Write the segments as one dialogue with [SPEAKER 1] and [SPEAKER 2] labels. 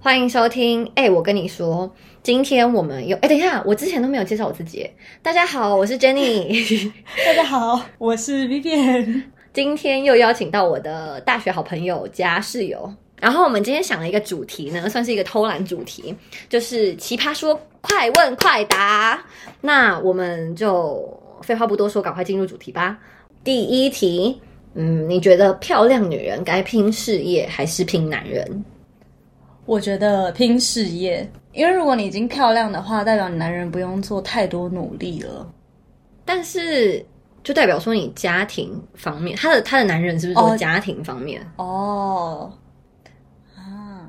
[SPEAKER 1] 欢迎收听。哎、我跟你说，今天我们有哎、等一下，我之前都没有介绍我自己耶。大家好，我是 Jenny，
[SPEAKER 2] 大家好，我是 Vivian。
[SPEAKER 1] 今天又邀请到我的大学好朋友加室友。然后我们今天想了一个主题呢，算是一个偷懒主题，就是奇葩说快问快答。那我们就废话不多说，赶快进入主题吧。第一题，嗯，你觉得漂亮女人该拼事业还是拼男人？
[SPEAKER 2] 我觉得拼事业，因为如果你已经漂亮的话，代表你男人不用做太多努力了。
[SPEAKER 1] 但是就代表说你家庭方面，他的他的男人是不是说
[SPEAKER 2] 哦
[SPEAKER 1] 家庭方 面？
[SPEAKER 2] 哦，啊，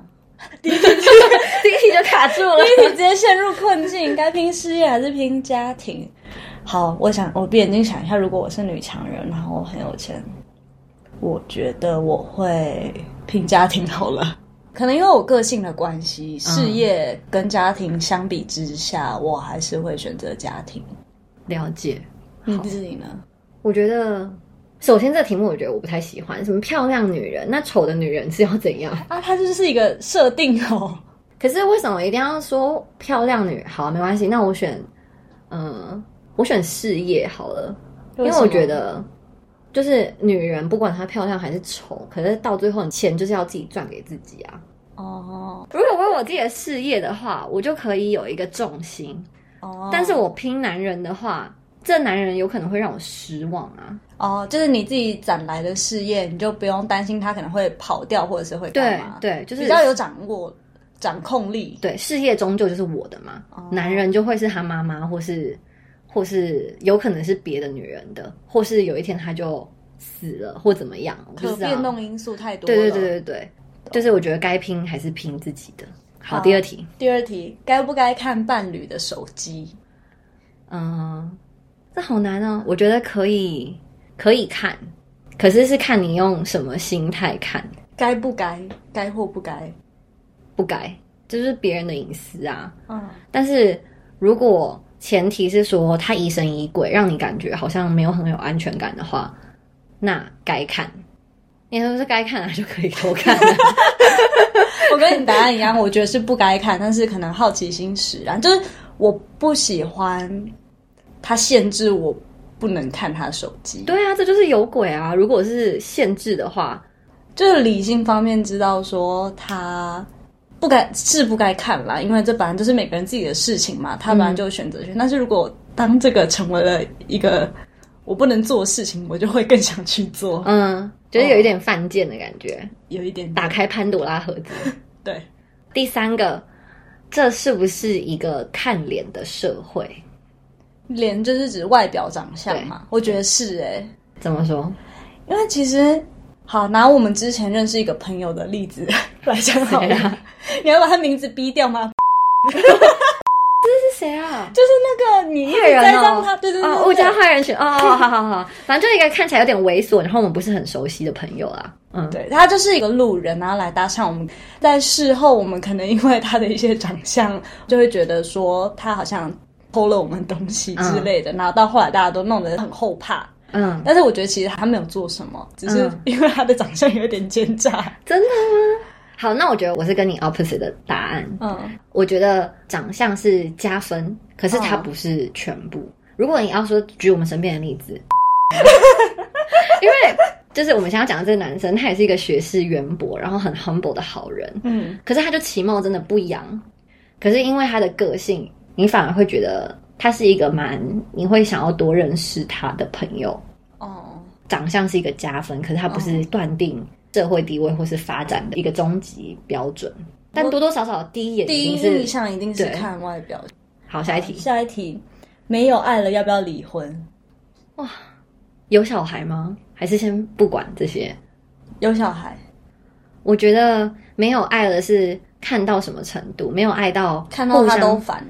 [SPEAKER 1] 第一题就卡住了
[SPEAKER 2] 所以你直接陷入困境，该拼事业还是拼家庭？好，我想我闭眼睛想一下，如果我是女强人，然后我很有钱，我觉得我会拼家庭好了。嗯可能因为我个性的关系，事业跟家庭相比之下，我还是会选择家庭。
[SPEAKER 1] 了解，
[SPEAKER 2] 你嗯自己呢？
[SPEAKER 1] 我觉得。首先，这题目我觉得我不太喜欢，什么漂亮女人，那丑的女人是要怎样？
[SPEAKER 2] 啊，它就是一个设定哦。
[SPEAKER 1] 可是为什么一定要说漂亮女？好，没关系，那我选，嗯、我选事业好了， 因为我觉得，就是女人不管她漂亮还是丑，可是到最后你钱就是要自己赚给自己啊。
[SPEAKER 2] 哦
[SPEAKER 1] 如果我有我自己的事业的话，我就可以有一个重心。
[SPEAKER 2] 哦，
[SPEAKER 1] 但是我拼男人的话，这男人有可能会让我失望啊。
[SPEAKER 2] 哦，就是你自己攒来的事业，你就不用担心他可能会跑掉，或者是会干
[SPEAKER 1] 对
[SPEAKER 2] 嘛，
[SPEAKER 1] 对，就是
[SPEAKER 2] 比较有掌握、掌控力。
[SPEAKER 1] 对事业终究就是我的嘛。
[SPEAKER 2] 哦
[SPEAKER 1] 男人就会是他妈妈，或是或是有可能是别的女人的，或是有一天他就死了或怎么样，我不
[SPEAKER 2] 可
[SPEAKER 1] 知道
[SPEAKER 2] 变。动因素太多了。
[SPEAKER 1] 对对对对对，就是我觉得该拼还是拼自己的。好，
[SPEAKER 2] 好
[SPEAKER 1] 第二题，
[SPEAKER 2] 第二题，该不该看伴侣的手机？
[SPEAKER 1] 嗯，这好难哦。我觉得可以，可以看，可是是看你用什么心态看，
[SPEAKER 2] 该不该？该或不该？
[SPEAKER 1] 不该就是别人的隐私啊。
[SPEAKER 2] 嗯，
[SPEAKER 1] 但是如果前提是说他疑神疑鬼，让你感觉好像没有很有安全感的话，那该看。你说是该看啊，就可以偷看、啊。
[SPEAKER 2] 我跟你答案一样，我觉得是不该看，但是可能好奇心使然，就是我不喜欢他限制我不能看他手机。
[SPEAKER 1] 对啊，这就是有鬼啊！如果是限制的话，
[SPEAKER 2] 就是理性方面知道说他不该是不该看啦，因为这本来就是每个人自己的事情嘛，他本
[SPEAKER 1] 嗯
[SPEAKER 2] 来就有选择权。但是如果当这个成为了一个我不能做的事情，我就会更想去做，
[SPEAKER 1] 嗯，就是有一点犯贱的感觉，
[SPEAKER 2] 有一点
[SPEAKER 1] 打开潘多拉盒子。
[SPEAKER 2] 对。
[SPEAKER 1] 第三个，这是不是一个看脸的社会？
[SPEAKER 2] 脸就是指外表长相嘛，我觉得是欸诶、
[SPEAKER 1] 怎么说？
[SPEAKER 2] 因为其实好拿我们之前认识一个朋友的例子 来讲好
[SPEAKER 1] 谁
[SPEAKER 2] 了，
[SPEAKER 1] 啊
[SPEAKER 2] 你要把他名字逼掉吗？
[SPEAKER 1] 是谁啊？
[SPEAKER 2] 就是那个你一直
[SPEAKER 1] 坏人哦
[SPEAKER 2] 栽赃他，对对对
[SPEAKER 1] 哦，
[SPEAKER 2] 对
[SPEAKER 1] 物加坏人群哦，哦好好好，反正就一个看起来有点猥琐，然后我们不是很熟悉的朋友啦。嗯，
[SPEAKER 2] 对他就是一个路人，然后来搭讪我们。在事后，我们可能因为他的一些长相，就会觉得说他好像偷了我们东西之类的。然后到后来，大家都弄得很后怕。
[SPEAKER 1] 嗯，
[SPEAKER 2] 但是我觉得其实他没有做什么，只是
[SPEAKER 1] 嗯
[SPEAKER 2] 因为他的长相有点奸诈。
[SPEAKER 1] 真的吗？好，那我觉得我是跟你 opposite 的答案。
[SPEAKER 2] 嗯，
[SPEAKER 1] 我觉得长相是加分，可是它
[SPEAKER 2] 哦
[SPEAKER 1] 不是全部。如果你要说举我们身边的例子， 因为就是我们想要讲的这个男生，他也是一个学识渊博，然后很 humble 的好人，
[SPEAKER 2] 嗯，
[SPEAKER 1] 可是他就其貌真的不扬，可是因为他的个性，你反而会觉得他是一个蛮你会想要多认识他的朋友。
[SPEAKER 2] 哦，
[SPEAKER 1] 长相是一个加分，可是他不是断定社会地位或是发展的一个终极标准。但多多少少第一眼
[SPEAKER 2] 第
[SPEAKER 1] 一
[SPEAKER 2] 一
[SPEAKER 1] 定
[SPEAKER 2] 印
[SPEAKER 1] 是
[SPEAKER 2] 象一定是
[SPEAKER 1] 对
[SPEAKER 2] 看外表。
[SPEAKER 1] 好。下一题，
[SPEAKER 2] 下一题，没有爱了要不要离婚？
[SPEAKER 1] 有小孩吗？还是先不管这些？
[SPEAKER 2] 有小孩，
[SPEAKER 1] 我觉得没有爱了是看到什么程度，没有爱到
[SPEAKER 2] 看到他
[SPEAKER 1] 互相
[SPEAKER 2] 都烦，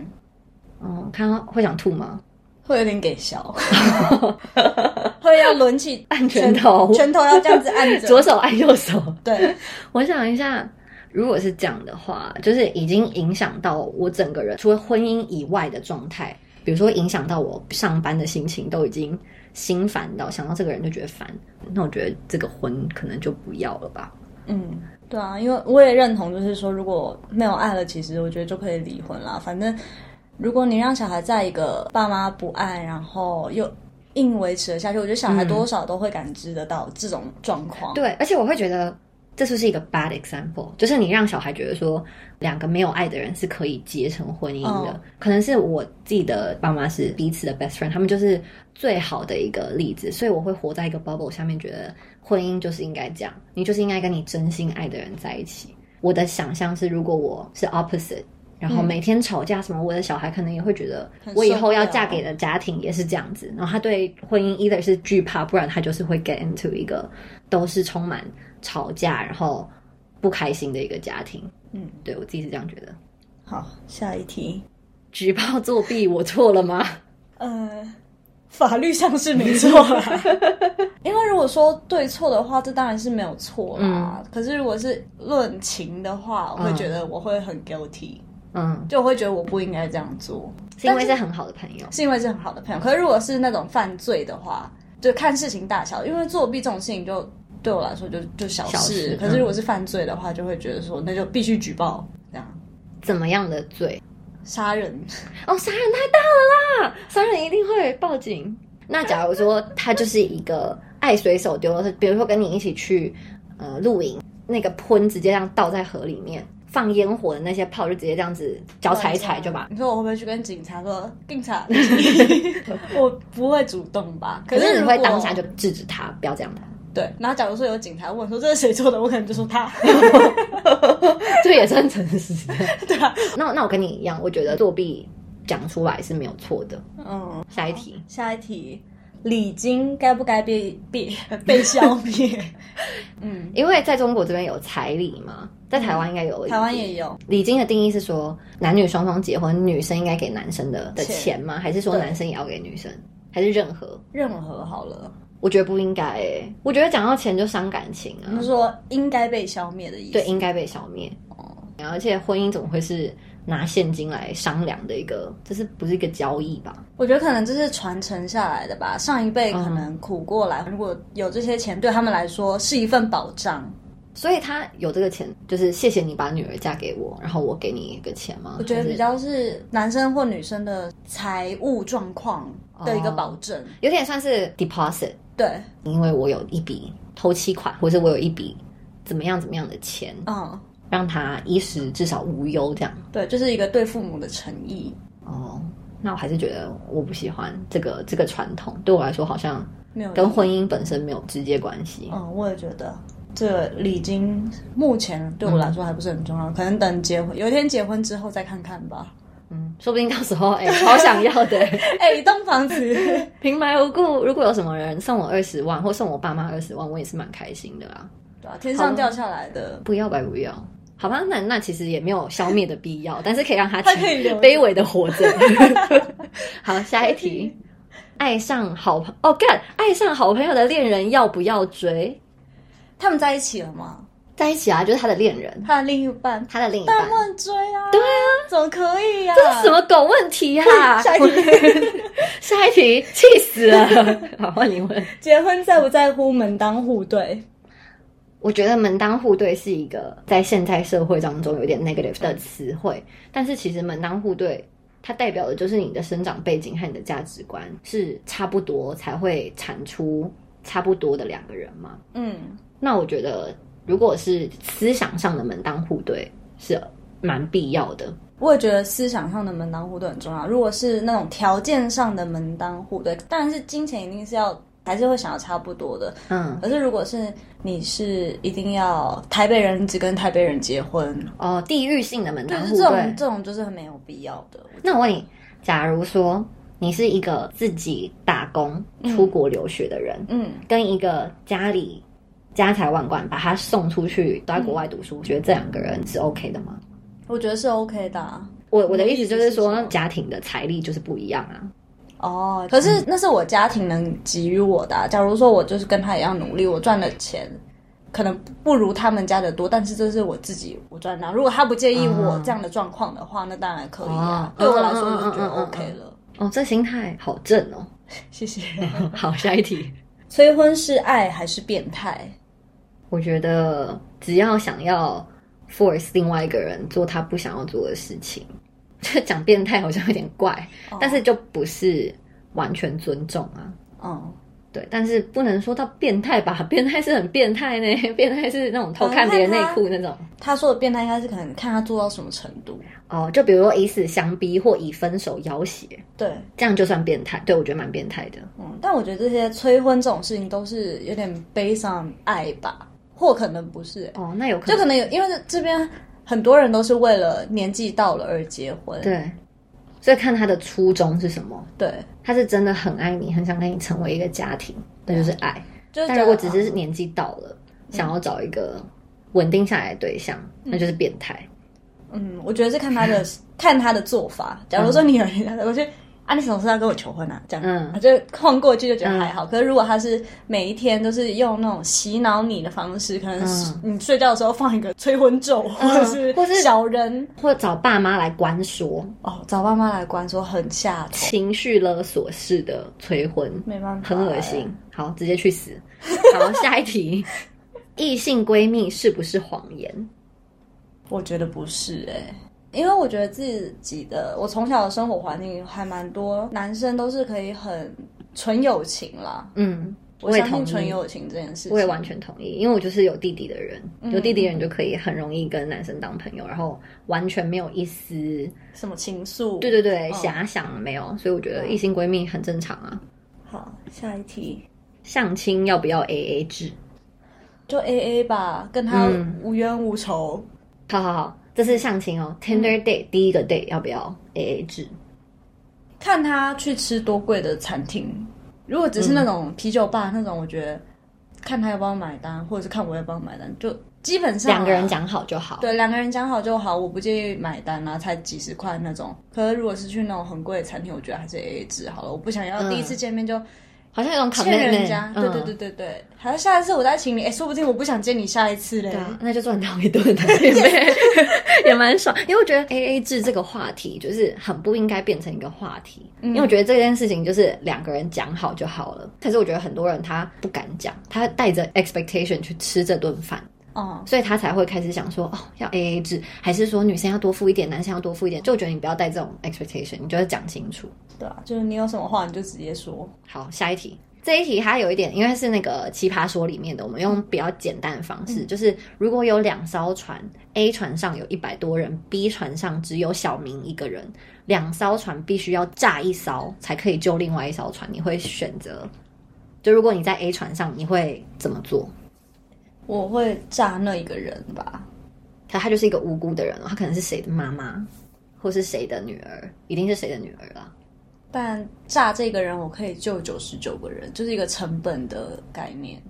[SPEAKER 1] 嗯，看到会想吐吗？
[SPEAKER 2] 会有点给 笑，会要抡起
[SPEAKER 1] 按拳头
[SPEAKER 2] 拳头要这样子按着
[SPEAKER 1] 左。手爱右手，
[SPEAKER 2] 对，
[SPEAKER 1] 我想一下，如果是这样的话，就是已经影响到我整个人，除了婚姻以外的状态，比如说影响到我上班的心情，都已经心烦到想到这个人就觉得烦，那我觉得这个婚可能就不要了吧。
[SPEAKER 2] 嗯，对啊，因为我也认同，就是说，如果没有爱了，其实我觉得就可以离婚啦。反正，如果你让小孩在一个爸妈不爱，然后又硬维持了下去，我觉得小孩多少都会感知得到这种状况。
[SPEAKER 1] 对，而且我会觉得这是不是一个 bad example，就是你让小孩觉得说两个没有爱的人是可以结成婚姻的。
[SPEAKER 2] 嗯
[SPEAKER 1] 可能是我自己的爸妈是彼此的 best friend，他们就是最好的一个例子，所以我会活在一个 bubble 下面，觉得婚姻就是应该这样，你就是应该跟你真心爱的人在一起。我的想象是，如果我是 opposite。然后
[SPEAKER 2] 嗯
[SPEAKER 1] 每天吵架什么，我的小孩可能也会觉得
[SPEAKER 2] 很
[SPEAKER 1] 我以后要
[SPEAKER 2] 受不了
[SPEAKER 1] 嫁给的家庭也是这样子，然后他对婚姻 either 是惧怕，不然他就是会 get into 一个都是充满吵架，然后不开心的一个家庭。
[SPEAKER 2] 嗯，
[SPEAKER 1] 对我自己是这样觉得。
[SPEAKER 2] 好，下一题。
[SPEAKER 1] 举报作弊，我错了吗？
[SPEAKER 2] 呃，法律上是没错啊啦， 因为如果说对错的话，这当然是没有错啦。可是如果是论情的话，我会觉得我会很 guilty，、
[SPEAKER 1] 嗯，
[SPEAKER 2] 就我会觉得我不应该这样做，
[SPEAKER 1] 是因为是很好的朋友。
[SPEAKER 2] 是因为是很好的朋友。可是如果是那种犯罪的话，就看事情大小，因为作弊这种事情就对我来说就就小事。嗯
[SPEAKER 1] 小事
[SPEAKER 2] 可是如果是犯罪的话，就会觉得说那就必须举报，这样
[SPEAKER 1] 怎么样的罪？
[SPEAKER 2] 杀人。
[SPEAKER 1] 哦，杀人太大了啦，杀人一定会报警。那假如说他就是一个爱随手丢的，比如说跟你一起去呃露营，那个喷直接这样倒在河里面，放烟火的那些炮就直接这样子脚踩一踩就把
[SPEAKER 2] 你说我会不会去跟警察说， 警察？我不会主动吧？可
[SPEAKER 1] 可是你
[SPEAKER 2] 如
[SPEAKER 1] 会
[SPEAKER 2] 果
[SPEAKER 1] 当下就制止他，不要这样的，
[SPEAKER 2] 对。然后啊假如说有警察问说这是谁做的，我可能就说他。
[SPEAKER 1] 这也是很诚实的。
[SPEAKER 2] 对啊，
[SPEAKER 1] 那那我跟你一样，我觉得作弊讲出来是没有错的。
[SPEAKER 2] 嗯。
[SPEAKER 1] 下一题，
[SPEAKER 2] 下一题，礼金该不该被被被消 灭？嗯，
[SPEAKER 1] 因为在中国这边有彩礼嘛，在台湾应该有、
[SPEAKER 2] 台湾也有，
[SPEAKER 1] 礼金的定义是说，男女双方结婚，女生应该给男生的的
[SPEAKER 2] 钱
[SPEAKER 1] 钱吗？还是说
[SPEAKER 2] 对
[SPEAKER 1] 男生也要给女生？还是任何？
[SPEAKER 2] 任何好了，
[SPEAKER 1] 我觉得不应该诶、我觉得讲到钱就伤感情啊
[SPEAKER 2] 你。是说应该被消灭的意思？
[SPEAKER 1] 对，应该被消灭。
[SPEAKER 2] 哦
[SPEAKER 1] 而且婚姻总会是拿现金来商量的一个，这是不是一个交易吧？
[SPEAKER 2] 我觉得可能这是传承下来的吧。上一辈可
[SPEAKER 1] 嗯
[SPEAKER 2] 能苦过来，如果有这些钱，对他们来说是一份保障。
[SPEAKER 1] 所以他有这个钱，就是谢谢你把女儿嫁给我，然后我给你一个钱吗？
[SPEAKER 2] 我觉得
[SPEAKER 1] 还是
[SPEAKER 2] 比较是男生或女生的财务状况的
[SPEAKER 1] 哦
[SPEAKER 2] 一个保证。
[SPEAKER 1] 有点算是 deposit，
[SPEAKER 2] 对，
[SPEAKER 1] 因为我有一笔头期款，或者我有一笔怎么样怎么样的钱，
[SPEAKER 2] 嗯，
[SPEAKER 1] 让他衣食至少无忧这样。
[SPEAKER 2] 对，就是一个对父母的诚意。
[SPEAKER 1] 哦，那我还是觉得我不喜欢这个这个传统，对我来说好像
[SPEAKER 2] 没有
[SPEAKER 1] 跟婚姻本身没有直接关系。
[SPEAKER 2] 嗯，我也觉得这个礼金目前对我
[SPEAKER 1] 嗯
[SPEAKER 2] 来说还不是很重要，可能等结婚有一天结婚之后再看看吧。
[SPEAKER 1] 嗯，说不定到时候哎、好想要的、
[SPEAKER 2] 哎，一栋房子，
[SPEAKER 1] 平白无故，如果有什么人送我二十万，或送我爸妈二十万，我也是蛮开心的啦。
[SPEAKER 2] 对啊，天上掉下来的，
[SPEAKER 1] 不要白不要，好吧，那那其实也没有消灭的必要，但是可以让他
[SPEAKER 2] 他可以留着
[SPEAKER 1] 卑微的活 着。好，下一题，爱上好朋哦干，爱上好朋友的恋人要不要追？
[SPEAKER 2] 他们在一起了吗？
[SPEAKER 1] 在一起啊，就是他的恋人，
[SPEAKER 2] 他的另一半，
[SPEAKER 1] 他的另一
[SPEAKER 2] 当
[SPEAKER 1] 半。
[SPEAKER 2] 然不能追啊！对啊，怎么可以呀、
[SPEAKER 1] 这是什么狗问题呀、 啊？
[SPEAKER 2] 下一题，
[SPEAKER 1] 下一题，气死了！ 好，换你问。
[SPEAKER 2] 结婚在不在乎门当户对？
[SPEAKER 1] 我觉得门当户对是一个在现代社会当中有点 negative 的词汇，但是其实门当户对它代表的就是你的生长背景和你的价值观是差不多才会产出差不多的两个人嘛。
[SPEAKER 2] 嗯，
[SPEAKER 1] 那我觉得如果是思想上的门当户对是蛮必要的，
[SPEAKER 2] 我也觉得思想上的门当户对很重要。如果是那种条件上的门当户对，当然是金钱一定是要，还是会想要差不多的。
[SPEAKER 1] 嗯。
[SPEAKER 2] 可是如果是你是一定要台北人，只跟台北人结婚，
[SPEAKER 1] 哦，地域性的门
[SPEAKER 2] 就
[SPEAKER 1] 当
[SPEAKER 2] 是
[SPEAKER 1] 户
[SPEAKER 2] 这种
[SPEAKER 1] 对，
[SPEAKER 2] 这种就是很没有必要的。
[SPEAKER 1] 那我问你，假如说你是一个自己打工出国留学的人，
[SPEAKER 2] 嗯，
[SPEAKER 1] 跟一个家里家财万贯把他送出去都在国外读书，觉得这两个人是 OK 的吗？
[SPEAKER 2] 我觉得是 OK 的、啊。
[SPEAKER 1] 我我的意思就是
[SPEAKER 2] 意思是
[SPEAKER 1] 说
[SPEAKER 2] 什，么
[SPEAKER 1] 家庭的财力就是不一样啊。
[SPEAKER 2] 哦，可是那是我家庭能给予我的啊、假如说我就是跟他一样努力，我赚的钱可能不如他们家的多，但是这是我自己我赚的啊、如果他不介意我
[SPEAKER 1] 嗯
[SPEAKER 2] 这样的状况的话，那当然可以啊
[SPEAKER 1] 哦。
[SPEAKER 2] 对我来说，我就觉得
[SPEAKER 1] 嗯嗯嗯嗯
[SPEAKER 2] OK 了。
[SPEAKER 1] 哦，这心态好正 哦。
[SPEAKER 2] 谢谢。
[SPEAKER 1] 好，下一题，
[SPEAKER 2] 催婚是爱还是变态？
[SPEAKER 1] 我觉得只要想要 force 另外一个人做他不想要做的事情， 这讲变态好像有点怪，
[SPEAKER 2] 哦
[SPEAKER 1] 但是就不是完全尊重啊。
[SPEAKER 2] 嗯，
[SPEAKER 1] 对，但是不能说到变态吧，变态是很变态呢，变态是那种偷看别人内裤那种。
[SPEAKER 2] 他说的变态应该是可能看他做到什么程度。
[SPEAKER 1] 哦，就比如说以死相逼或以分手要挟，
[SPEAKER 2] 对，
[SPEAKER 1] 这样就算变态。对我觉得蛮变态的。
[SPEAKER 2] 嗯，但我觉得这些催婚这种事情都是有点悲伤爱吧，或可能不是、欸
[SPEAKER 1] 哦，那有可
[SPEAKER 2] 就可
[SPEAKER 1] 能
[SPEAKER 2] 能有，因为这这边很多人都是为了年纪到了而结婚。
[SPEAKER 1] 对，所以看他的初衷是什么。
[SPEAKER 2] 对，
[SPEAKER 1] 他是真的很爱你，很想跟你成为一个家庭，那就是爱。
[SPEAKER 2] 就是
[SPEAKER 1] 但
[SPEAKER 2] 啊觉
[SPEAKER 1] 如
[SPEAKER 2] 得
[SPEAKER 1] 果只是年纪到了，想要找一个稳定下来的对象，那就是变态。
[SPEAKER 2] 嗯，我觉得是看 他的看他的做法。假如说你有人家我去。啊，你什么时候要跟我求婚啊？这样，
[SPEAKER 1] 嗯
[SPEAKER 2] 他就晃过去就觉得还好。可是如果他是每一天都是用那种洗脑你的方式，可能是你睡觉的时候放一个催婚咒，或者是
[SPEAKER 1] 嗯或是
[SPEAKER 2] 小人
[SPEAKER 1] 或找爸妈来关说，
[SPEAKER 2] 哦，找爸妈来关说很下头，
[SPEAKER 1] 情绪勒索式的催婚，
[SPEAKER 2] 没办法，
[SPEAKER 1] 很恶心。。
[SPEAKER 2] 哎
[SPEAKER 1] 好，直接去死。 好，下一题，异性闺蜜是不是谎言？
[SPEAKER 2] 我觉得不是哎、因为我觉得自己的，我从小的生活环境还蛮多男生都是可以很纯友情啦。
[SPEAKER 1] 嗯，
[SPEAKER 2] 我
[SPEAKER 1] 也
[SPEAKER 2] 相
[SPEAKER 1] 同
[SPEAKER 2] 信纯
[SPEAKER 1] 意。
[SPEAKER 2] 友情这件事情，
[SPEAKER 1] 我也完全同意，因为我就是有弟弟的人，
[SPEAKER 2] 嗯
[SPEAKER 1] 有弟弟的人就可以很容易跟男生当朋友，然后完全没有一丝
[SPEAKER 2] 什么情愫？
[SPEAKER 1] 对对对，
[SPEAKER 2] 嗯
[SPEAKER 1] 遐想没有，所以我
[SPEAKER 2] 哦
[SPEAKER 1] 觉得异性闺蜜很正常啊。
[SPEAKER 2] 好，下一题
[SPEAKER 1] 相亲要不要 A A 制？
[SPEAKER 2] 就 A A 吧，跟他
[SPEAKER 1] 嗯
[SPEAKER 2] 无冤无仇。
[SPEAKER 1] 好好好，这是相亲
[SPEAKER 2] 嗯
[SPEAKER 1] 哦。Tinder date、第一个 date 要不要 A A 制？
[SPEAKER 2] 看他去吃多贵的餐厅，如果只
[SPEAKER 1] 嗯
[SPEAKER 2] 是那种啤酒吧那种，我觉得看他要不要买单，或者是看我要不要买单，就基本上啊
[SPEAKER 1] 两个人讲好就好。
[SPEAKER 2] 对，两个人讲好就好，我不介意买单啦、才几十块那种。可是如果是去那种很贵的餐厅，我觉得还是 AA 制好了，我不想要
[SPEAKER 1] 嗯
[SPEAKER 2] 第一次见面就
[SPEAKER 1] 好像有种
[SPEAKER 2] 欠人家。
[SPEAKER 1] commitment，
[SPEAKER 2] 对对对
[SPEAKER 1] 嗯
[SPEAKER 2] 对对，还有下一次我再请你，哎，说不定我不想见你下一次嘞
[SPEAKER 1] 对。啊，那就赚到一顿 的也没 也蛮爽。因为我觉得 A A 制这个话题就是很不应该变成一个话题，因为我觉得这件事情就是两个人讲好就好了。可是我觉得很多人他不敢讲，他带着 expectation 去吃这顿饭。
[SPEAKER 2] 哦、
[SPEAKER 1] 所以他才会开始想说，哦，要 A A 制，还是说女生要多付一点，男生要多付一点？就我觉得你不要带这种 expectation，你就要讲清楚。
[SPEAKER 2] 对啊，就是你有什么话你就直接说。
[SPEAKER 1] 好，下一题。这一题它有一点，因为是那个奇葩说里面的，我们用比较简单的方式，就是如果有两艘船，A 船上有一百多人，B 船上只有小明一个人，两艘船必须要炸一艘才可以救另外一艘船，你会选择？就如果你在 A 船上，你会怎么做？
[SPEAKER 2] 我会炸那一个人吧，
[SPEAKER 1] 可她就是一个无辜的人哦，她可能是谁的妈妈，或是谁的女儿，一定是谁的女儿啦。
[SPEAKER 2] 但炸这个人我可以救九十九个人，就是一个成本的概念。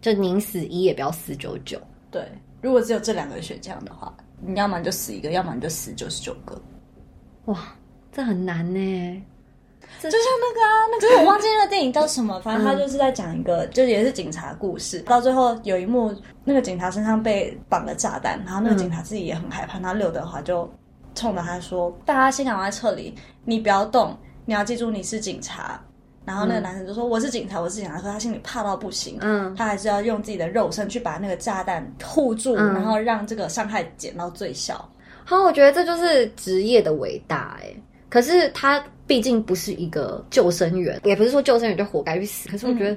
[SPEAKER 1] 就宁死一也不要死九九。
[SPEAKER 2] 对，如果只有这两个选项的话，你要么你就死一个，要么你就死九十九个。
[SPEAKER 1] 哇，这很难呢。
[SPEAKER 2] 就像那个啊，那个我忘记那个电影叫 什么，反正他就是在讲一个，就是也是警察故事。到最后有一幕，那个警察身上被绑了炸弹，然后那个警察自己也很害怕，然后刘德华就冲着他说：“大家先赶快撤离，你不要动，你要记住你是警察。”然后那个男生就说：“我是警察，我是警察。”可他心里怕到不行，
[SPEAKER 1] 嗯
[SPEAKER 2] 他还是要用自己的肉身去把那个炸弹护住，
[SPEAKER 1] 嗯
[SPEAKER 2] 然后让这个伤害减到最小。
[SPEAKER 1] 好，我觉得这就是职业的伟大哎。可是他毕竟不是一个救生员，也不是说救生员就活该去死。可是我觉得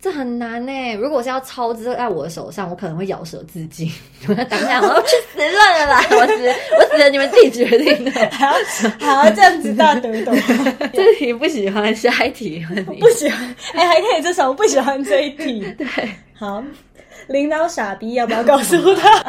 [SPEAKER 1] 这很难呢。如果是要操之在我的手上，我可能会咬舌自尽。我在 当下我要去死算了啦， 我死我死了，你们自己决定的。
[SPEAKER 2] 还要还要这样子大得懂，
[SPEAKER 1] 这题不喜欢，下一题换你
[SPEAKER 2] 不喜欢，哎、还可以至少我不喜欢这一题。
[SPEAKER 1] 对，
[SPEAKER 2] 好，领导傻逼要不要告诉他？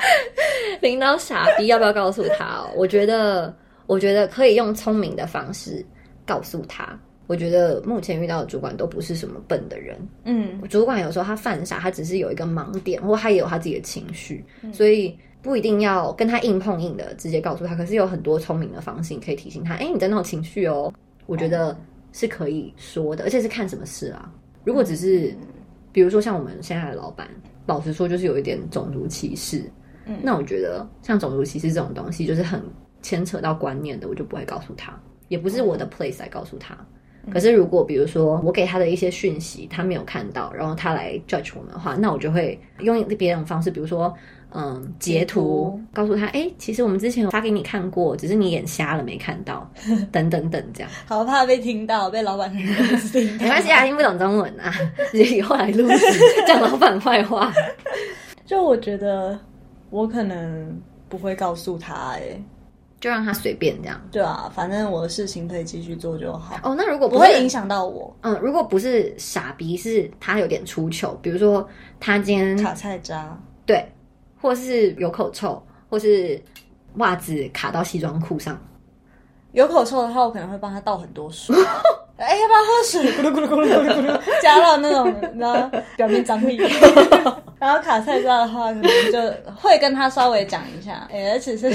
[SPEAKER 1] 领导傻逼要不要告诉他、哦？我觉得，我觉得可以用聪明的方式告诉他。我觉得目前遇到的主管都不是什么笨的人，
[SPEAKER 2] 嗯，
[SPEAKER 1] 主管有时候他犯傻，他只是有一个盲点，或他也有他自己的情绪，嗯
[SPEAKER 2] 嗯
[SPEAKER 1] 所以不一定要跟他硬碰硬的直接告诉他。可是有很多聪明的方式，你可以提醒他，哎，你在闹情绪哦。我觉得是可以说的，而且是看什么事啊。如果只是，
[SPEAKER 2] 嗯
[SPEAKER 1] 比如说像我们现在的老板，老实说就是有一点种族歧视。
[SPEAKER 2] 嗯
[SPEAKER 1] 那我觉得像种族歧视这种嗯东西，就是很牵扯到观念的，我就不会告诉他，也不是我的 place 来告诉他。可是如果比如说我给他的一些讯息他没有看到，然后他来 judge 我们的话，那我就会用别种方式，比如说嗯截
[SPEAKER 2] 截
[SPEAKER 1] 图
[SPEAKER 2] 图
[SPEAKER 1] 告诉他，哎、其实我们之前有发给你看过，只是你眼瞎了没看 到，等等等这样。
[SPEAKER 2] 好怕被听到，被老板听到。
[SPEAKER 1] 没关系啊，听不懂中文啊， 以后来录制讲老板坏话。
[SPEAKER 2] 就我觉得我可能不会告诉他、哎，
[SPEAKER 1] 就让他随便这样。
[SPEAKER 2] 对啊，反正我的事情可以继续做就好，
[SPEAKER 1] 哦，那如果
[SPEAKER 2] 不
[SPEAKER 1] 不
[SPEAKER 2] 会影
[SPEAKER 1] 是，
[SPEAKER 2] 响到我。
[SPEAKER 1] 嗯，如果不是傻逼，是他有点出糗，比如说他今
[SPEAKER 2] 卡
[SPEAKER 1] 天
[SPEAKER 2] 菜渣，
[SPEAKER 1] 对，或是有口臭，或是袜子卡到西装裤上，
[SPEAKER 2] 有口臭的话，我可能会帮他倒很多 水。哎、要不要喝水？咕噜咕噜咕噜咕噜咕噜，加到那种你知道表面张 力。然后卡菜渣的话，可能就会跟他稍微讲一下，哎、而且是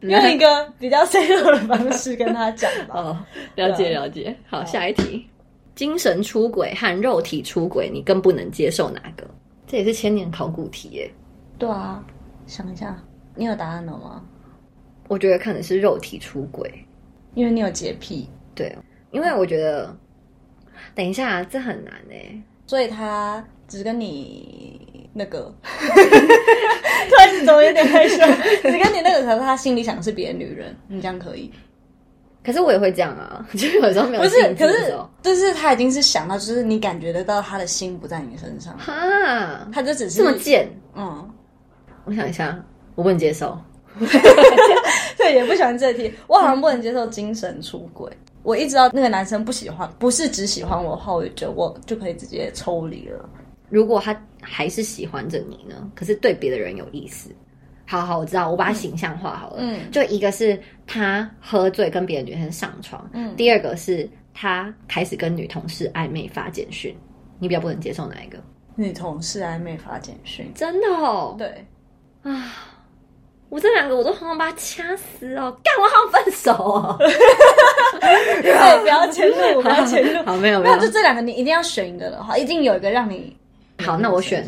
[SPEAKER 2] 用一个比较 C 柔的方式跟他讲 吧。
[SPEAKER 1] 哦，了解了解。好，下一题，精神出轨和肉体出轨，你更不能接受哪个？这也是千年考古题耶。
[SPEAKER 2] 对啊，想一下，你有答案了吗？
[SPEAKER 1] 我觉得可能是肉体出轨，
[SPEAKER 2] 因为你有洁癖，
[SPEAKER 1] 对，因为我觉得，等一下，啊这很难哎。
[SPEAKER 2] 所以他只跟你那个， 突然怎么有点害羞？ 只跟你那个，可是他心里想的是别的女人，你这样可以？
[SPEAKER 1] 可是我也会这样啊， 就是有时候没有
[SPEAKER 2] 不是，
[SPEAKER 1] 兴致
[SPEAKER 2] 可
[SPEAKER 1] 的时
[SPEAKER 2] 是
[SPEAKER 1] 候
[SPEAKER 2] 就是他已经是想到，就是你感觉得到他的心不在你身上，
[SPEAKER 1] 哈，
[SPEAKER 2] 他就只是
[SPEAKER 1] 这么贱，
[SPEAKER 2] 嗯，
[SPEAKER 1] 我想一下，我不能接受。
[SPEAKER 2] 对，也不喜欢这题，我好像不能接受精神出轨。我一直到那个男生不喜欢，不是只喜欢我的话，我就觉得我就可以直接抽离了。
[SPEAKER 1] 如果他还是喜欢着你呢，可是对别的人有意思，好好，我知道，我把它形象化好了。
[SPEAKER 2] 嗯
[SPEAKER 1] 就一个是他喝醉跟别的女生上床，
[SPEAKER 2] 嗯
[SPEAKER 1] 第二个是他开始跟女同事暧昧发简讯，你比较不能接受哪一个？
[SPEAKER 2] 女同事暧昧发简讯，
[SPEAKER 1] 真的哦，
[SPEAKER 2] 对，
[SPEAKER 1] 我这两个我都好想把他掐死哦，干我好想分手 哦。
[SPEAKER 2] 对，不要迁 怒，不要迁怒。
[SPEAKER 1] 好，没有没有
[SPEAKER 2] 那，就这两个，你一定要选一个的话，一定有一个让你
[SPEAKER 1] 好，那我选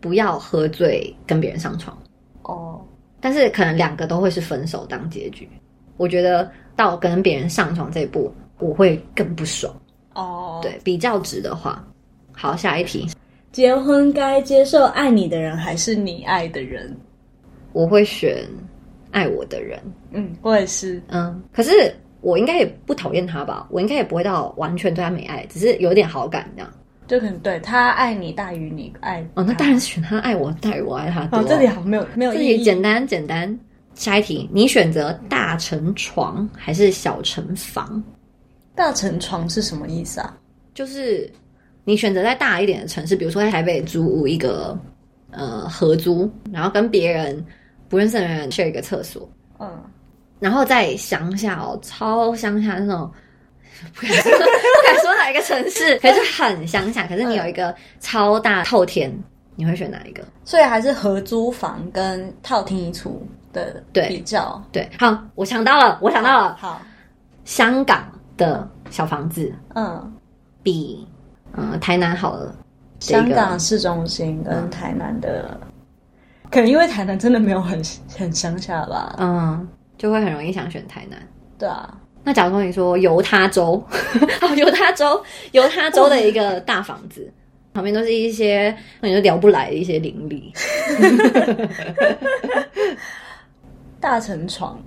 [SPEAKER 1] 不要喝醉跟别人上床。
[SPEAKER 2] 哦，
[SPEAKER 1] 但是可能两个都会是分手当结局。我觉得到跟别人上床这一步，我会更不爽。
[SPEAKER 2] 哦，
[SPEAKER 1] 对，，比较值的话，好，下一题，
[SPEAKER 2] 结婚该接受爱你的人还是你爱的人？
[SPEAKER 1] 我会选爱我的人。
[SPEAKER 2] 嗯，我也是，
[SPEAKER 1] 嗯，可是我应该也不讨厌他吧？我应该也不会到完全对他没爱，只是有点好感这样。
[SPEAKER 2] 就可能对他爱你大于你爱
[SPEAKER 1] 哦，那
[SPEAKER 2] 他
[SPEAKER 1] 当然是选他爱我，大于我爱他多。
[SPEAKER 2] 哦，这里好像没有没有
[SPEAKER 1] 这
[SPEAKER 2] 意
[SPEAKER 1] 里
[SPEAKER 2] 义，
[SPEAKER 1] 简单简单。下一题，你选择大成床还是小成房？
[SPEAKER 2] 大成床是什么意思啊？
[SPEAKER 1] 就是你选择在大一点的城市，比如说在台北租屋一个呃合租，然后跟别人不认识的人 share 一个厕所，
[SPEAKER 2] 嗯，
[SPEAKER 1] 然后在乡下哦，超乡下那种。不敢说，不敢说哪一个城市，可是很乡下。可是你有一个超大透天，你会选哪一个？
[SPEAKER 2] 所以还是合租房跟套厅一处的
[SPEAKER 1] 对
[SPEAKER 2] 比较，
[SPEAKER 1] 对，好，我想到了，我想到了，
[SPEAKER 2] 好，
[SPEAKER 1] 香港的小房子
[SPEAKER 2] 嗯，
[SPEAKER 1] 比嗯、呃台南好了，这个
[SPEAKER 2] 香港市中心跟台南的，可能因为台南真的没有很很乡下吧，
[SPEAKER 1] 嗯，就会很容易想选台南。
[SPEAKER 2] 对啊，
[SPEAKER 1] 那假如说你说犹他州， 哦，犹他州，犹他州的一个大房子，旁边都是一些你都聊不来的一些邻里，
[SPEAKER 2] 大成床，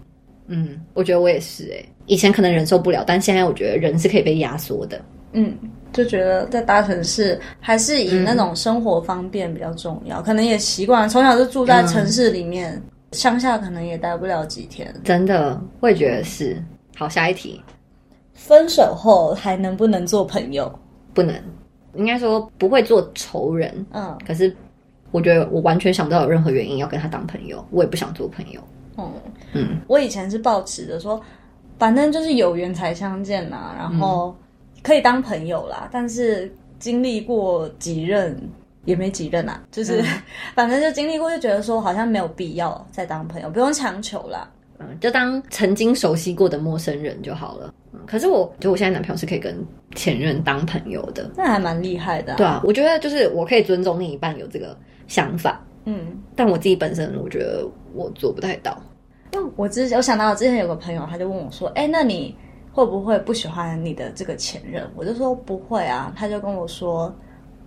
[SPEAKER 1] 嗯，我觉得我也是哎、以前可能忍受不了，但现在我觉得人是可以被压缩的，
[SPEAKER 2] 嗯，就觉得在大城市还是以那种生活方便比较重要，可能也习惯从小就住在城市里面，乡下可能也待不了几天。
[SPEAKER 1] 真的，我也觉得是。好，下一题，
[SPEAKER 2] 分手后还能不能做朋友？
[SPEAKER 1] 不能，应该说不会做仇人，
[SPEAKER 2] 嗯
[SPEAKER 1] 可是我觉得我完全想不到有任何原因要跟他当朋友，我也不想做朋友，
[SPEAKER 2] 嗯，
[SPEAKER 1] 嗯，
[SPEAKER 2] 我以前是抱持着说，反正就是有缘才相见啦、然后可以当朋友啦，但是经历过几任。也没几任啦、啊就是、 反正就经历过，就觉得说好像没有必要再当朋友，不用强求啦。
[SPEAKER 1] 嗯，就当曾经熟悉过的陌生人就好了。嗯、可是我觉得我现在男朋友是可以跟前任当朋友的，
[SPEAKER 2] 那还蛮厉害的、啊。
[SPEAKER 1] 对啊，我觉得就是我可以尊重另一半有这个想法，
[SPEAKER 2] 嗯，
[SPEAKER 1] 但我自己本身我觉得我做不太到。
[SPEAKER 2] 我之前我想到我之前有个朋友，他就问我说：“哎、那你会不会不喜欢你的这个前任？我就说不会啊，他就跟我说，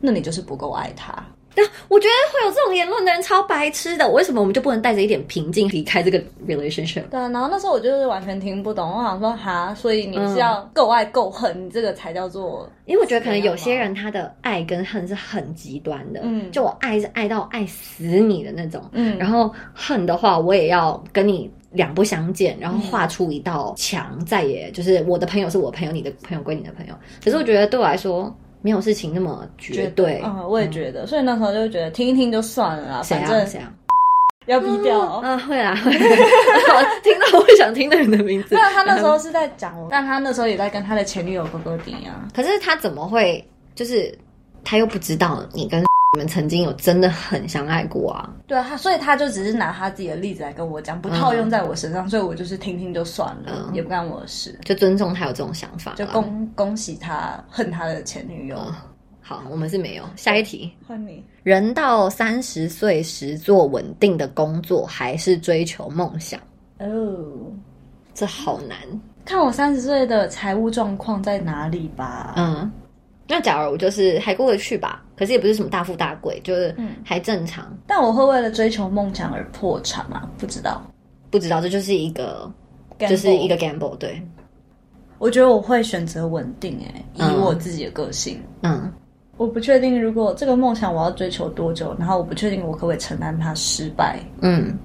[SPEAKER 2] 那你就是不够爱他。
[SPEAKER 1] 但我觉得会有这种言论的人超白痴的，为什么我们就不能带着一点平静离开这个 relationship？
[SPEAKER 2] 对啊，然后那时候我就是完全听不懂，我想说哈，所以你是
[SPEAKER 1] 嗯
[SPEAKER 2] 要够爱够恨，你这个才叫做
[SPEAKER 1] 因为我觉得可能有些人他的爱跟恨是很极端的，
[SPEAKER 2] 嗯
[SPEAKER 1] 就我爱是爱到爱死你的那种，
[SPEAKER 2] 嗯
[SPEAKER 1] 然后恨的话我也要跟你两不相
[SPEAKER 2] 嗯
[SPEAKER 1] 见，然后画出一道墙，再也就是我的朋友是我朋友，你的朋友归你的朋友。可是我觉得对我来说没有事情那么绝对，
[SPEAKER 2] 嗯，我也觉得，所以那时候就觉得听一听就算了啦，
[SPEAKER 1] 谁
[SPEAKER 2] 反
[SPEAKER 1] 啊
[SPEAKER 2] 正
[SPEAKER 1] 谁啊
[SPEAKER 2] 要逼掉哦。
[SPEAKER 1] 啊会啊，会啊听到会想听的人的名字
[SPEAKER 2] 没。有，他那时
[SPEAKER 1] 嗯
[SPEAKER 2] 候是在讲我，但他那时候也在跟他的前女友哥哥顶啊。
[SPEAKER 1] 可是他怎么会就是他又不知道你跟你们曾经有真的很相爱过啊？
[SPEAKER 2] 对啊，他所以他就只是拿他自己的例子来跟我讲，不套用在我身上，所以我就是听听就算了，
[SPEAKER 1] 嗯
[SPEAKER 2] 也不干我的事。
[SPEAKER 1] 就尊重他有这种想法啦，啊
[SPEAKER 2] 就恭恭喜他恨他的前女
[SPEAKER 1] 嗯
[SPEAKER 2] 友，
[SPEAKER 1] 好，我们是没有。下一题，
[SPEAKER 2] 恨你。
[SPEAKER 1] 人到三十岁时做稳定的工作，还是追求梦想？
[SPEAKER 2] 哦
[SPEAKER 1] 这好难。
[SPEAKER 2] 看我三十岁的财务状况在哪里吧。
[SPEAKER 1] 嗯，那假如就是还过得去吧，可是也不是什么大富大贵，就是
[SPEAKER 2] 嗯
[SPEAKER 1] 还正常。
[SPEAKER 2] 但我会为了追求梦想而破产吗？不知道，
[SPEAKER 1] 不知道，这就是一个，就是一个。gamble。对，
[SPEAKER 2] 我觉得我会选择稳定、欸，哎，以
[SPEAKER 1] 嗯
[SPEAKER 2] 我自己的个性，
[SPEAKER 1] 嗯，
[SPEAKER 2] 我不确定如果这个梦想我要追求多久，然后我不确定我可不可以承担它失败，
[SPEAKER 1] 嗯，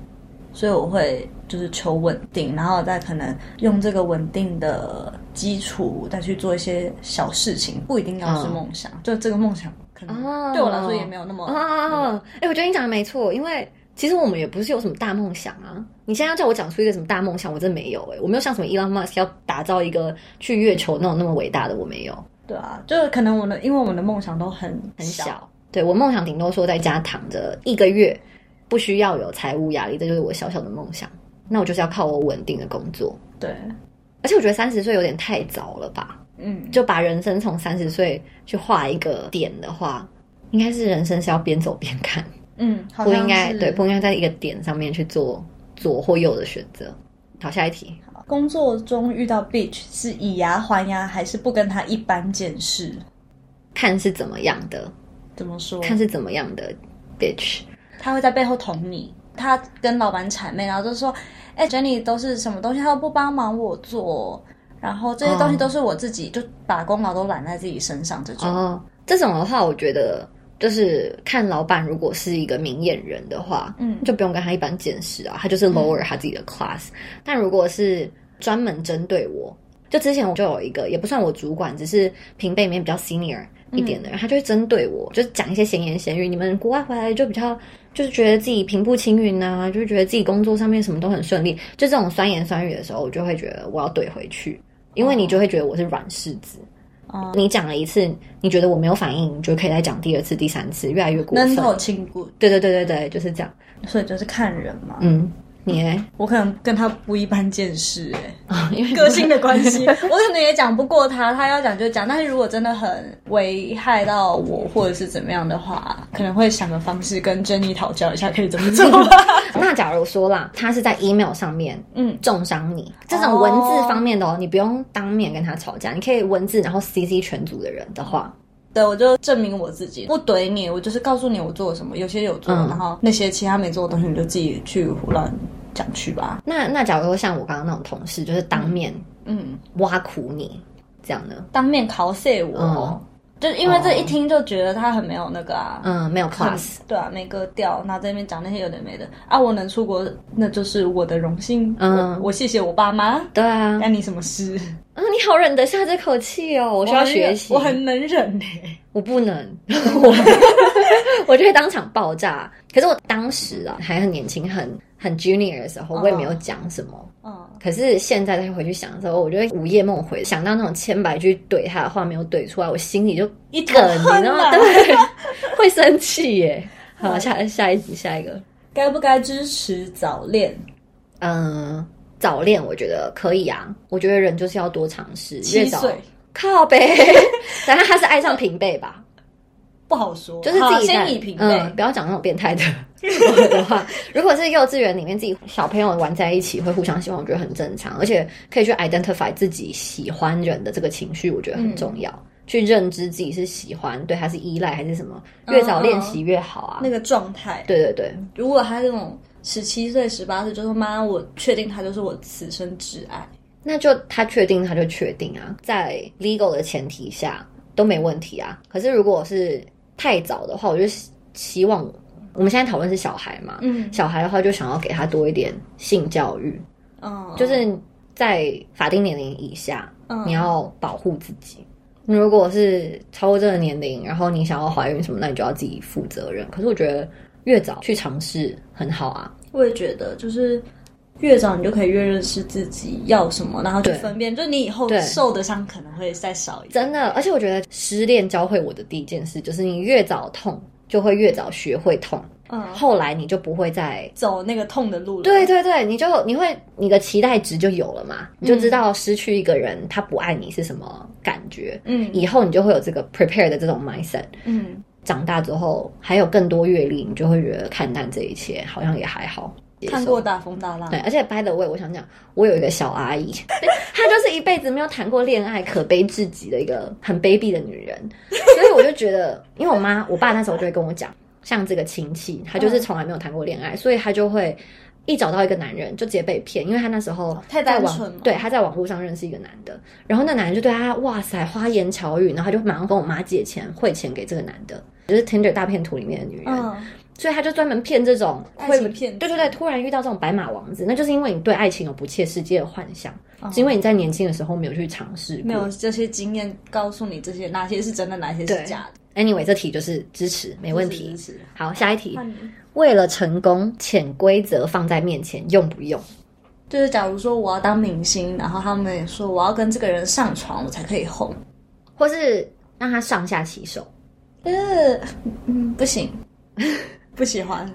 [SPEAKER 2] 所以我会就是求稳定，然后再可能用这个稳定的基础再去做一些小事情，不一定要是梦
[SPEAKER 1] 嗯
[SPEAKER 2] 想，就这个梦想可能
[SPEAKER 1] 哦
[SPEAKER 2] 对我来说也没有那么。
[SPEAKER 1] 哦，哎、我觉得你讲的没错，因为其实我们也不是有什么大梦想啊。你现在要叫我讲出一个什么大梦想，我真没有哎、我没有像什么 Elon Musk 要打造一个去月球那种那么伟大的，我没有，
[SPEAKER 2] 对啊，就是可能我的，因为我们的梦想都很
[SPEAKER 1] 很小。对我梦想顶多说在家躺着一个月，不需要有财务压力，这就是我小小的梦想。那我就是要靠我稳定的工作，
[SPEAKER 2] 对，
[SPEAKER 1] 而且我觉得三十岁有点太早了吧，
[SPEAKER 2] 嗯，
[SPEAKER 1] 就把人生从三十岁去画一个点的话，应该是人生是要边走边看。
[SPEAKER 2] 嗯，好
[SPEAKER 1] 不
[SPEAKER 2] 像
[SPEAKER 1] 应该
[SPEAKER 2] 是
[SPEAKER 1] 对，不应该在一个点上面去做左或右的选择。好，下一题，
[SPEAKER 2] 工作中遇到 bitch 是以牙还牙，还是不跟他一般见识？
[SPEAKER 1] 看是怎么样的，
[SPEAKER 2] 怎么说？
[SPEAKER 1] 看是怎么样的，bitch。
[SPEAKER 2] 他会在背后捅你。他跟老板谄媚，然后就说：“哎、j e n n y 都是什么东西，他都不帮忙我做，然后这些东西
[SPEAKER 1] 哦
[SPEAKER 2] 都是我自己，就把功劳都揽在自己身上。”这种、
[SPEAKER 1] 哦，这种的话，我觉得就是看老板如果是一个明眼人的话，
[SPEAKER 2] 嗯
[SPEAKER 1] 就不用跟他一般见识啊，他就是 lower 他自己的 class。但如果是专门针对我，就之前我就有一个也不算我主管，只是平辈里面比较 senior
[SPEAKER 2] 嗯
[SPEAKER 1] 一点的人，他就会针对我，就是讲一些闲言闲语。你们国外回来就比较就是觉得自己平步青云呐、就觉得自己工作上面什么都很顺利，就这种酸言酸语的时候，我就会觉得我要怼回去，因为你就会觉得我是软柿子。
[SPEAKER 2] 哦
[SPEAKER 1] 你讲了一次，你觉得我没有反应，你就可以再讲第二次、第三次，越来越过
[SPEAKER 2] 闷
[SPEAKER 1] 分。
[SPEAKER 2] 头轻骨，
[SPEAKER 1] 对对对对对，就是这样。
[SPEAKER 2] 所以就是看人嘛。
[SPEAKER 1] 嗯，你 嘞
[SPEAKER 2] 我可能跟他不一般见识、哎。
[SPEAKER 1] 因为
[SPEAKER 2] 个性的关系，我可能也讲不过他，他要讲就讲。但是如果真的很危害到我，或者是怎么样的话，可能会想个方式跟珍妮讨教一下，可以怎 么做。
[SPEAKER 1] 那假如说啦，他是在 email 上面
[SPEAKER 2] 嗯，
[SPEAKER 1] 重伤你，这种文字方面的哦，你不用当面跟他吵架，你可以文字然后 CC 全组的人的话，
[SPEAKER 2] 对，我就证明我自己，不怼你，我就是告诉你我做了什么，有些有做，
[SPEAKER 1] 嗯
[SPEAKER 2] 然后那些其他没做的东西，你就自己去胡乱讲去吧。
[SPEAKER 1] 那那假如说像我刚刚那种同事，就是当面
[SPEAKER 2] 嗯，
[SPEAKER 1] 挖苦你这样呢？
[SPEAKER 2] 当面考碎我，
[SPEAKER 1] 嗯
[SPEAKER 2] 就是因为这一听就觉得他很没有那个啊。
[SPEAKER 1] 嗯，没有 class，
[SPEAKER 2] 对啊，没格调，然后在那边讲那些有的没的啊！我能出国，那就是我的荣幸。
[SPEAKER 1] 嗯
[SPEAKER 2] 我我谢谢我爸妈，
[SPEAKER 1] 对啊，
[SPEAKER 2] 干你什么事？
[SPEAKER 1] 啊，你好忍得下这口气哦，我
[SPEAKER 2] 我
[SPEAKER 1] 需要学习，
[SPEAKER 2] 我很能忍欸呢、
[SPEAKER 1] 我不能，我我就会当场爆炸。可是我当时啊还很年轻，很很 junior 的时候，我也没有讲什么。
[SPEAKER 2] 嗯，
[SPEAKER 1] 可是现在再回去想的时候，我就会午夜梦回，想到那种千百句怼他的话没有怼出来，我心里就
[SPEAKER 2] 一
[SPEAKER 1] 梗，你知道 吗？
[SPEAKER 2] 对，
[SPEAKER 1] 对，会生气耶。好，下下一集下一个，
[SPEAKER 2] 该不该支持早恋？
[SPEAKER 1] 嗯，早恋我觉得可以啊，我觉得人就是要多尝试，越
[SPEAKER 2] 七
[SPEAKER 1] 早
[SPEAKER 2] 岁
[SPEAKER 1] 靠呗， 但他是爱上平辈吧，
[SPEAKER 2] 不好说，
[SPEAKER 1] 就是
[SPEAKER 2] 好
[SPEAKER 1] 自己在嗯
[SPEAKER 2] 先以平辈。
[SPEAKER 1] 嗯，不要讲那种变态的。 我的话，如果是幼稚园里面自己小朋友玩在一起会互相喜欢，我觉得很正常，而且可以去 identify 自己喜欢人的这个情绪，我觉得
[SPEAKER 2] 嗯
[SPEAKER 1] 很重要。去认知自己是喜欢，对他是依赖还是什么，越早练习越好啊。
[SPEAKER 2] 嗯那个状态。
[SPEAKER 1] 对对对，
[SPEAKER 2] 如果他这种十七岁、十八岁，就说妈，我确定他就是我此生挚爱。
[SPEAKER 1] 那就他确定他就确定啊，在 legal 的前提下都没问题啊。可是如果是太早的话，我就希希望我们现在讨论是小孩嘛，
[SPEAKER 2] 嗯
[SPEAKER 1] 小孩的话就想要给他多一点性教育，
[SPEAKER 2] 嗯，
[SPEAKER 1] 就是在法定年龄以下，
[SPEAKER 2] 嗯
[SPEAKER 1] 你要保护自己。你如果是超过这个年龄，然后你想要怀孕什么，那你就要自己负责任。可是我觉得越早去尝试很好啊，
[SPEAKER 2] 我也觉得，就是越早你就可以越认识自己要什么，然后去
[SPEAKER 1] 对
[SPEAKER 2] 分辨，就你以后
[SPEAKER 1] 对
[SPEAKER 2] 受的伤可能会再少一点。
[SPEAKER 1] 真的。而且我觉得失恋教会我的第一件事就是，你越早痛，就会越早学会痛，
[SPEAKER 2] 嗯，
[SPEAKER 1] 后来你就不会再
[SPEAKER 2] 走那个痛的路了。
[SPEAKER 1] 对对对，你就你会你的期待值就有了嘛，你就知道失去一个人他不爱你是什么感觉，
[SPEAKER 2] 嗯
[SPEAKER 1] 以后你就会有这个 prepare 的这种 mindset。
[SPEAKER 2] 嗯，
[SPEAKER 1] 长大之后还有更多阅历，你就会觉得看淡这一切，好像也还好。
[SPEAKER 2] 看过大风大浪。
[SPEAKER 1] 对，而且 by the way，我想讲，我有一个小阿姨， 她就是一辈子没有谈过恋爱，可悲至极的一个很卑鄙的女人。所以我就觉得，因为我妈、我爸那时候就会跟我讲，像这个亲戚，她
[SPEAKER 2] 嗯
[SPEAKER 1] 就是从来没有谈过恋爱，所以她就会一找到一个男人就直接被骗，因为她那时候
[SPEAKER 2] 哦太
[SPEAKER 1] 在
[SPEAKER 2] 单
[SPEAKER 1] 网
[SPEAKER 2] 纯了
[SPEAKER 1] 对，她在网络上认识一个男的，然后那男人就对她哇塞花言巧语，然后她就马上跟我妈借钱汇钱给这个男的，就是 Tinder 大骗图里面的女人。
[SPEAKER 2] 嗯，
[SPEAKER 1] 所以他就专门骗这种
[SPEAKER 2] 爱
[SPEAKER 1] 会
[SPEAKER 2] 情骗子
[SPEAKER 1] 对对对，突然遇到这种白马王子，那就是因为你对爱情有不切实际的幻想，
[SPEAKER 2] 哦
[SPEAKER 1] 是因为你在年轻的时候没有去尝试过。
[SPEAKER 2] 没有这些经验告诉你这些哪些是真的，哪些是
[SPEAKER 1] 对
[SPEAKER 2] 假的。
[SPEAKER 1] Anyway，这题就是支持，没问题嗯
[SPEAKER 2] 支。持支持
[SPEAKER 1] 好，下一题
[SPEAKER 2] 那，你
[SPEAKER 1] 为了成功，潜规则放在面前用不用？
[SPEAKER 2] 就是假如说我要当明星，然后他们也说我要跟这个人上床，我才可以红。
[SPEAKER 1] 或是让他上下其手？
[SPEAKER 2] 呃，嗯，不行， 不喜欢，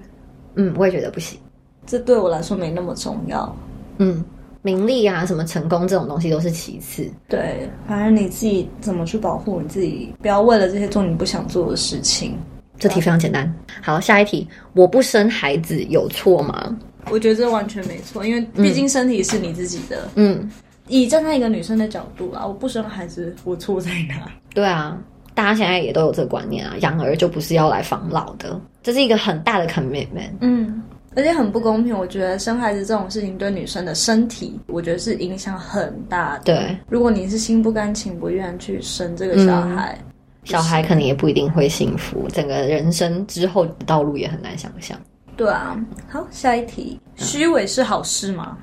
[SPEAKER 1] 嗯，我也觉得不行。
[SPEAKER 2] 这对我来说没那么重要。
[SPEAKER 1] 嗯，名利啊，什么成功这种东西都是其次。
[SPEAKER 2] 对，反正你自己怎么去保护你自己，不要为了这些做你不想做的事情。
[SPEAKER 1] 这题非常简单。好，下一题，我不生孩子有错吗？
[SPEAKER 2] 我觉得这完全没错，因为毕竟身体是你自己的。
[SPEAKER 1] 嗯，
[SPEAKER 2] 以站在一个女生的角度啦，我不生孩子，我错在哪？
[SPEAKER 1] 对啊，大家现在也都有这个观念啊，养儿就不是要来防老的，这是一个很大的 commitment。
[SPEAKER 2] 嗯，而且很不公平。我觉得生孩子这种事情对女生的身体，我觉得是影响很大的。
[SPEAKER 1] 对，
[SPEAKER 2] 如果你是心不甘情不愿去生这个小孩，
[SPEAKER 1] 小孩可能也不一定会幸福，整个人生之后的道路也很难想象。
[SPEAKER 2] 对啊。好，下一题，虚伪是好事吗？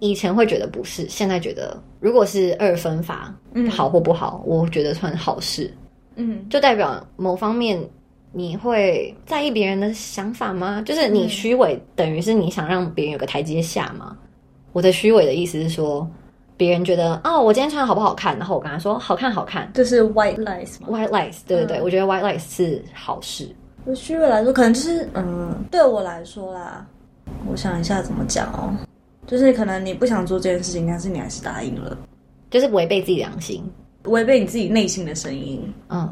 [SPEAKER 1] 以前会觉得不是，现在觉得如果是二分法，
[SPEAKER 2] 嗯
[SPEAKER 1] 好或不好，我觉得算好事，
[SPEAKER 2] 嗯
[SPEAKER 1] 就代表某方面你会在意别人的想法吗？就是
[SPEAKER 2] 嗯
[SPEAKER 1] 你虚伪，等于是你想让别人有个台阶下吗？我的虚伪的意思是说，别人觉得哦，我今天穿的好不好看，然后我跟他说好看好看。
[SPEAKER 2] 就是 white lies 嘛。
[SPEAKER 1] White lies，对对对，
[SPEAKER 2] 嗯
[SPEAKER 1] 我觉得 white lies 是好事。
[SPEAKER 2] 对虚伪来说，可能就是嗯，对我来说啦，我想一下怎么讲哦，就是可能你不想做这件事情，但是你还是答应了，
[SPEAKER 1] 就是违背自己良心。
[SPEAKER 2] 违背你自己内心的声音。
[SPEAKER 1] 嗯，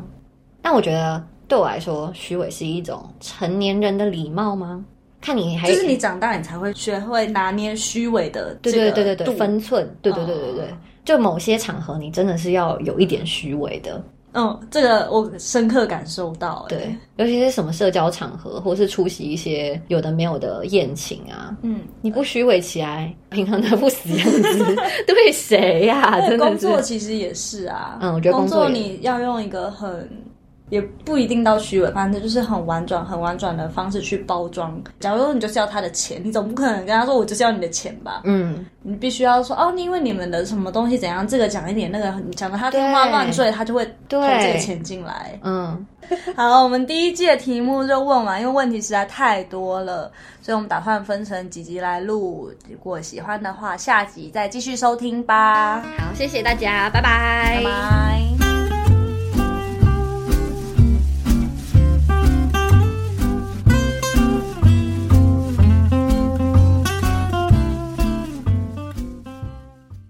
[SPEAKER 1] 但我觉得对我来说，虚伪是一种成年人的礼貌吗？看你还
[SPEAKER 2] 就是你长大，你才会学会拿捏虚伪的
[SPEAKER 1] 对
[SPEAKER 2] 这
[SPEAKER 1] 对
[SPEAKER 2] 个
[SPEAKER 1] 对对对
[SPEAKER 2] 度
[SPEAKER 1] 分寸，对对对对对，
[SPEAKER 2] 哦
[SPEAKER 1] 就某些场合你真的是要有一点虚伪的，
[SPEAKER 2] 嗯，这个我深刻感受到、欸。
[SPEAKER 1] 对，，尤其是什么社交场合，或是出席一些有的没有的宴请啊，
[SPEAKER 2] 嗯，
[SPEAKER 1] 你不虚伪起来，平常的不死样 子，对谁呀、 真的
[SPEAKER 2] 工
[SPEAKER 1] 是
[SPEAKER 2] 作其实也是啊。
[SPEAKER 1] 嗯我觉得工
[SPEAKER 2] 工
[SPEAKER 1] 作也
[SPEAKER 2] 你要用一个很。也不一定到虚伪，反正就是很婉转、很婉转的方式去包装。假如说你就是要他的钱，你总不可能跟他说我就是要你的钱吧？
[SPEAKER 1] 嗯，
[SPEAKER 2] 你必须要说哦，你因为你们的什么东西怎样，这个讲一点，那个你讲的他天花乱坠，他就会投这个
[SPEAKER 1] 对
[SPEAKER 2] 钱进来。
[SPEAKER 1] 嗯，
[SPEAKER 2] 好，我们第一季的题目就问完，因为问题实在太多了，所以我们打算分成几集来录。如果喜欢的话，下集再继续收听吧。
[SPEAKER 1] 好，谢谢大家，拜拜
[SPEAKER 2] 拜拜。